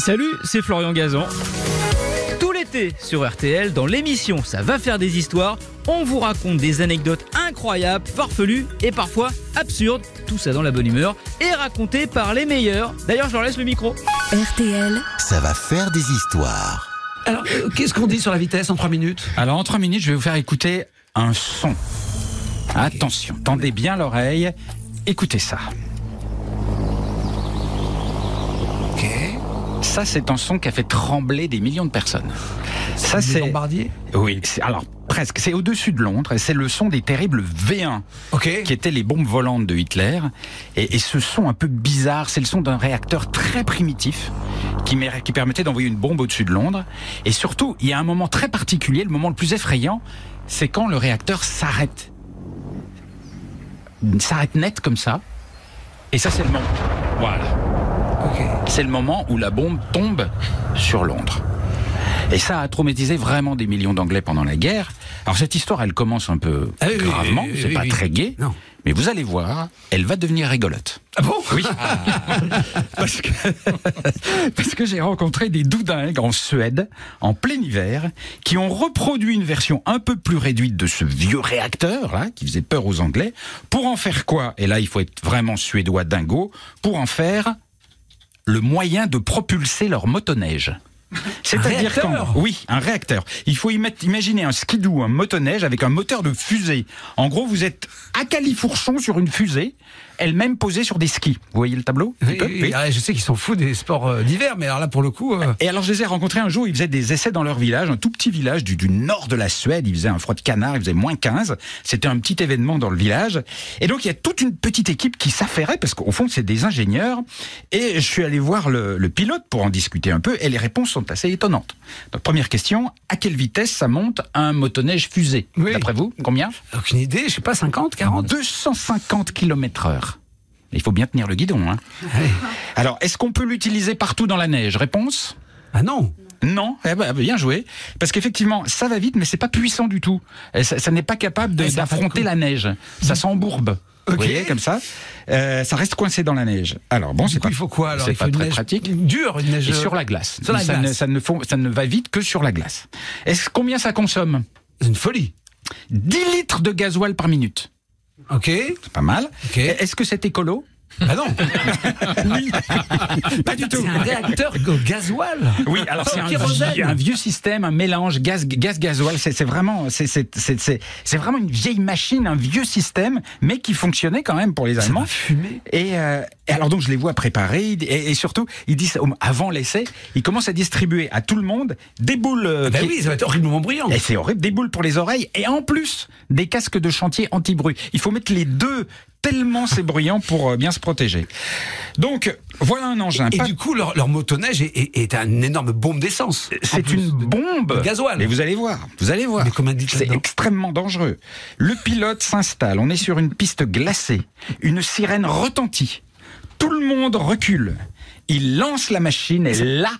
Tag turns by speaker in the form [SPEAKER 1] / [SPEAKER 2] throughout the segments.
[SPEAKER 1] Salut, c'est Florian Gazan. Tout l'été sur RTL, dans l'émission Ça va faire des histoires, on vous raconte des anecdotes incroyables, farfelues et parfois absurdes, tout ça dans la bonne humeur, et racontées par les meilleurs. D'ailleurs, je leur laisse le micro.
[SPEAKER 2] RTL,
[SPEAKER 3] Ça va faire des histoires.
[SPEAKER 4] Alors, euh, qu'est-ce qu'on dit sur la vitesse en 3 minutes
[SPEAKER 5] Alors en trois minutes, je vais vous faire écouter un son. Attention, tendez bien l'oreille, écoutez ça.
[SPEAKER 4] Ok.
[SPEAKER 5] Ça, c'est un son qui a fait trembler des millions de personnes. Ça,
[SPEAKER 4] C'est
[SPEAKER 5] c'est...
[SPEAKER 4] Bombardier
[SPEAKER 5] Oui, c'est- alors presque. C'est au-dessus de Londres et c'est le son des terribles V1
[SPEAKER 4] Ok.
[SPEAKER 5] qui étaient les bombes volantes de Hitler. Et, et ce son un peu bizarre, c'est le son d'un réacteur très primitif qui, mer- qui permettait d'envoyer une bombe au-dessus de Londres. Et surtout, il y a un moment très particulier, le moment le plus effrayant, c'est quand le réacteur s'arrête. Il S'arrête net comme ça. Et ça, c'est le moment. Voilà.
[SPEAKER 4] Ok.
[SPEAKER 5] C'est le moment où la bombe tombe sur Londres. Et ça a traumatisé vraiment des millions d'Anglais pendant la guerre. Alors cette histoire, elle commence un peu
[SPEAKER 4] Ah oui, oui,
[SPEAKER 5] gravement,
[SPEAKER 4] oui, oui,
[SPEAKER 5] c'est
[SPEAKER 4] oui,
[SPEAKER 5] pas
[SPEAKER 4] oui.
[SPEAKER 5] très gai,
[SPEAKER 4] Non.
[SPEAKER 5] mais vous allez voir, elle va devenir rigolote.
[SPEAKER 4] Ah bon
[SPEAKER 5] Oui. parce que, parce que j'ai rencontré des doudingues en Suède, en plein hiver, qui ont reproduit une version un peu plus réduite de ce vieux réacteur, là, qui faisait peur aux Anglais, pour en faire quoi Et là, il faut être vraiment suédois dingo, pour en faire le moyen de propulser leur motoneige. C'est-à-dire
[SPEAKER 4] réacteur
[SPEAKER 5] quand oui, un réacteur. Il faut y mettre- imaginer un skidoo, un motoneige avec un moteur de fusée. En gros, vous êtes à califourchon sur une fusée, elle-même posée sur des skis. Vous voyez le tableau un
[SPEAKER 4] Oui,
[SPEAKER 5] peu
[SPEAKER 4] oui,
[SPEAKER 5] Oui.
[SPEAKER 4] ah, je sais qu'ils s'en foutent des sports euh, d'hiver, mais alors là, pour le coup, euh,
[SPEAKER 5] Et alors je les ai rencontrés un jour, ils faisaient des essais dans leur village, un tout petit village du, du nord de la Suède, ils faisaient un froid de canard, ils faisaient moins 15, c'était un petit événement dans le village. Et donc il y a toute une petite équipe qui s'affairait, parce qu'au fond c'est des ingénieurs, et je suis allé voir le, le pilote pour en discuter un peu, et les réponses sont assez étonnantes. Donc première question, à quelle vitesse ça monte un motoneige fusée
[SPEAKER 4] Oui.
[SPEAKER 5] D'après vous, combien
[SPEAKER 4] aucune idée, je sais pas, 50, 40
[SPEAKER 5] 250 km heure. Il faut bien tenir le guidon. Hein. Alors, est-ce qu'on peut l'utiliser partout dans la neige Réponse
[SPEAKER 4] Ah non
[SPEAKER 5] non, eh ben, bien joué. Parce qu'effectivement, ça va vite, mais c'est pas puissant du tout. Eh, Ça, ça n'est pas capable de-
[SPEAKER 4] Eh, ça a pas de
[SPEAKER 5] d'affronter
[SPEAKER 4] coup.
[SPEAKER 5] la neige. Ça s'embourbe. Vous
[SPEAKER 4] Ok.
[SPEAKER 5] voyez, comme ça. Euh, ça reste coincé dans la neige. Alors, bon,
[SPEAKER 4] Du
[SPEAKER 5] c'est
[SPEAKER 4] coup,
[SPEAKER 5] pas,
[SPEAKER 4] il faut quoi alors
[SPEAKER 5] c'est
[SPEAKER 4] Il faut
[SPEAKER 5] pas
[SPEAKER 4] une
[SPEAKER 5] très
[SPEAKER 4] neige
[SPEAKER 5] pratique.
[SPEAKER 4] dure, une neige.
[SPEAKER 5] Et sur la glace.
[SPEAKER 4] Sur la
[SPEAKER 5] ça,
[SPEAKER 4] glace.
[SPEAKER 5] Ne, ça, ne font- ça ne va vite que sur la glace. Est-ce combien ça consomme
[SPEAKER 4] C'est une folie.
[SPEAKER 5] 10 litres de gasoil par minute.
[SPEAKER 4] Ok.
[SPEAKER 5] C'est pas mal.
[SPEAKER 4] Ok.
[SPEAKER 5] Et Est-ce que c'est écolo
[SPEAKER 4] Ah non
[SPEAKER 5] Oui. pas du tout.
[SPEAKER 4] C'est un réacteur au gasoil
[SPEAKER 5] Oui, alors c'est
[SPEAKER 4] Au
[SPEAKER 5] un,
[SPEAKER 4] kérosène.
[SPEAKER 5] vieux- un vieux système, un mélange gaz gaz gasoil. C'est c'est vraiment c'est c'est c'est c'est c'est vraiment une vieille machine, un vieux système, mais qui fonctionnait quand même pour les Allemands.
[SPEAKER 4] Fumé
[SPEAKER 5] Et, euh, et alors donc je les vois préparer et, et surtout ils disent au- avant l'essai, ils commencent à distribuer à tout le monde des boules. euh,
[SPEAKER 4] Ben
[SPEAKER 5] qui-
[SPEAKER 4] oui, ça va être horriblement brillant.
[SPEAKER 5] et c'est horrible, des boules pour les oreilles et en plus des casques de chantier anti-bruit. Il faut mettre les deux tellement c'est bruyant pour euh, bien se protéger. Donc voilà un engin.
[SPEAKER 4] Et
[SPEAKER 5] pas
[SPEAKER 4] du coup, leur, leur motoneige est, est- est un énorme bombe d'essence. En
[SPEAKER 5] C'est
[SPEAKER 4] plus.
[SPEAKER 5] une bombe.
[SPEAKER 4] de gasoil.
[SPEAKER 5] Et vous allez voir. Vous allez voir.
[SPEAKER 4] Mais comment dites
[SPEAKER 5] C'est
[SPEAKER 4] là-dedans
[SPEAKER 5] extrêmement dangereux. Le pilote s'installe. On est sur une piste glacée. Une sirène retentit. Tout le monde recule. Il lance la machine et là,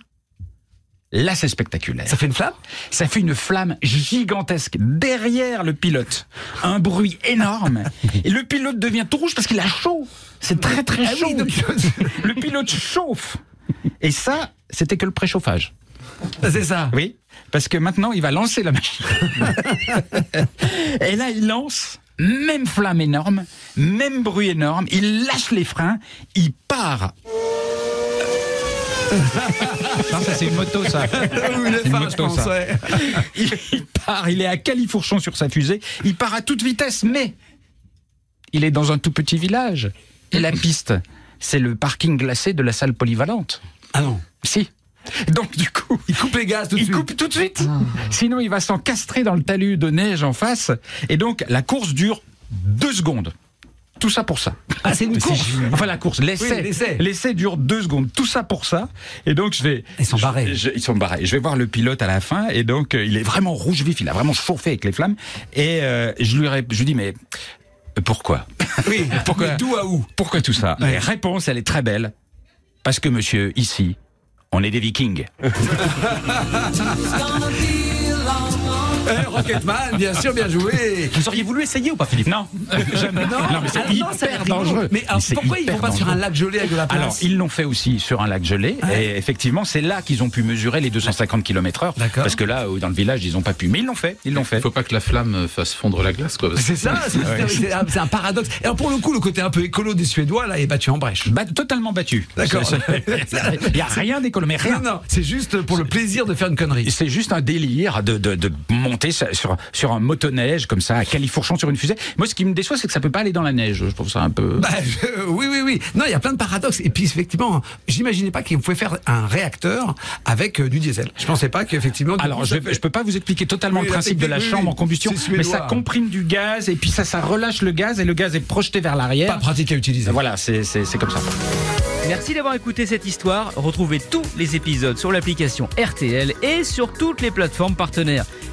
[SPEAKER 5] là c'est spectaculaire.
[SPEAKER 4] Ça fait une flamme
[SPEAKER 5] Ça fait une flamme gigantesque derrière le pilote. Un bruit énorme. Et le pilote devient tout rouge parce qu'il a chaud. C'est très très
[SPEAKER 4] Ah
[SPEAKER 5] chaud.
[SPEAKER 4] oui, le pilote.
[SPEAKER 5] le pilote chauffe. Et ça, c'était que le préchauffage. Ah,
[SPEAKER 4] C'est ça.
[SPEAKER 5] Oui, parce que maintenant, il va lancer la machine. et là, il lance, même flamme énorme, même bruit énorme, il lâche les freins, il part. non, ça c'est une moto, ça.
[SPEAKER 4] Oui, le
[SPEAKER 5] Une
[SPEAKER 4] phare,
[SPEAKER 5] moto,
[SPEAKER 4] je pense,
[SPEAKER 5] ça.
[SPEAKER 4] ouais.
[SPEAKER 5] Il, il part, il est à califourchon sur sa fusée, il part à toute vitesse, mais il est dans un tout petit village. Et la piste, c'est le parking glacé de la salle polyvalente.
[SPEAKER 4] Ah non.
[SPEAKER 5] Si. Donc du coup,
[SPEAKER 4] Il coupe les gaz tout de
[SPEAKER 5] il
[SPEAKER 4] suite. Ah.
[SPEAKER 5] coupe tout de suite. Sinon, il va s'encastrer dans le talus de neige en face. Et donc, la course dure deux secondes. Tout ça pour ça.
[SPEAKER 4] Ah, c'est une course.
[SPEAKER 5] Enfin, la course,
[SPEAKER 4] Oui,
[SPEAKER 5] l'essai.
[SPEAKER 4] l'essai.
[SPEAKER 5] l'essai dure deux secondes. Tout ça pour ça. Et donc, je vais.
[SPEAKER 4] Ils sont
[SPEAKER 5] je-
[SPEAKER 4] barrés.
[SPEAKER 5] je- ils sont barrés. Je vais voir le pilote à la fin. Et donc, euh, il est vraiment rouge vif. Il a vraiment chauffé avec les flammes. Et euh, je, lui, ré- je lui dis, mais pourquoi
[SPEAKER 4] Oui,
[SPEAKER 5] Pourquoi
[SPEAKER 4] mais d'où à où
[SPEAKER 5] Pourquoi tout ça Et Réponse, elle est très belle. Parce que, monsieur, ici, on est des vikings.
[SPEAKER 6] It's gonna be a long, long
[SPEAKER 4] Eh, Rocketman, bien sûr, bien joué.
[SPEAKER 5] Vous auriez voulu essayer ou pas, Ah, Philippe Non, jamais. Non, mais c'est
[SPEAKER 4] Ah non, ça
[SPEAKER 5] hyper
[SPEAKER 4] va être
[SPEAKER 5] dangereux.
[SPEAKER 4] Mais alors,
[SPEAKER 5] c'est
[SPEAKER 4] pourquoi ils
[SPEAKER 5] hyper
[SPEAKER 4] vont pas sur
[SPEAKER 5] dangereux.
[SPEAKER 4] un lac gelé avec de la place
[SPEAKER 5] Alors, ils l'ont fait aussi sur un lac gelé.
[SPEAKER 4] Ouais.
[SPEAKER 5] Et effectivement, c'est là qu'ils ont pu mesurer les 250 km/h.
[SPEAKER 4] D'accord.
[SPEAKER 5] Parce que là, euh, dans le village, ils n'ont pas pu. Mais ils l'ont fait. Ils l'ont fait.
[SPEAKER 2] Faut pas que la flamme fasse fondre la glace, quoi. parce que-
[SPEAKER 4] C'est ça, c'est c'est un, c'est un paradoxe. Et Alors pour le coup, le côté un peu écolo des Suédois là est battu en brèche.
[SPEAKER 5] Ba- totalement battu.
[SPEAKER 4] D'accord.
[SPEAKER 5] C'est- c'est- Il n'y a rien d'écolo, mais rien.
[SPEAKER 4] Non, non, c'est juste pour le plaisir de faire une connerie.
[SPEAKER 5] C'est juste un délire de, de- de monter sa- sur, sur un motoneige comme ça, à califourchon sur une fusée. Moi, ce qui me déçoit, c'est que ça peut pas aller dans la neige. Je trouve ça un peu.
[SPEAKER 4] Bah, je- oui, oui, oui. Non, il y a plein de paradoxes. Et puis effectivement, j'imaginais pas qu'ils pouvaient faire un réacteur avec euh, du diesel. Je pensais pas qu'effectivement. du
[SPEAKER 5] Alors,
[SPEAKER 4] coup,
[SPEAKER 5] je
[SPEAKER 4] ça
[SPEAKER 5] ne
[SPEAKER 4] fait-
[SPEAKER 5] peux pas vous expliquer totalement
[SPEAKER 4] Oui,
[SPEAKER 5] le
[SPEAKER 4] la
[SPEAKER 5] principe de la
[SPEAKER 4] technique, oui,
[SPEAKER 5] chambre
[SPEAKER 4] oui.
[SPEAKER 5] en combustion,
[SPEAKER 4] C'est
[SPEAKER 5] mais
[SPEAKER 4] suédois.
[SPEAKER 5] ça comprime du gaz et puis ça, ça relâche le gaz et le gaz est projeté vers l'arrière.
[SPEAKER 4] pas pratique à utiliser.
[SPEAKER 5] Voilà, c'est c'est- c'est comme ça.
[SPEAKER 1] Merci d'avoir écouté cette histoire. Retrouvez tous les épisodes sur l'application RTL et sur toutes les plateformes partenaires.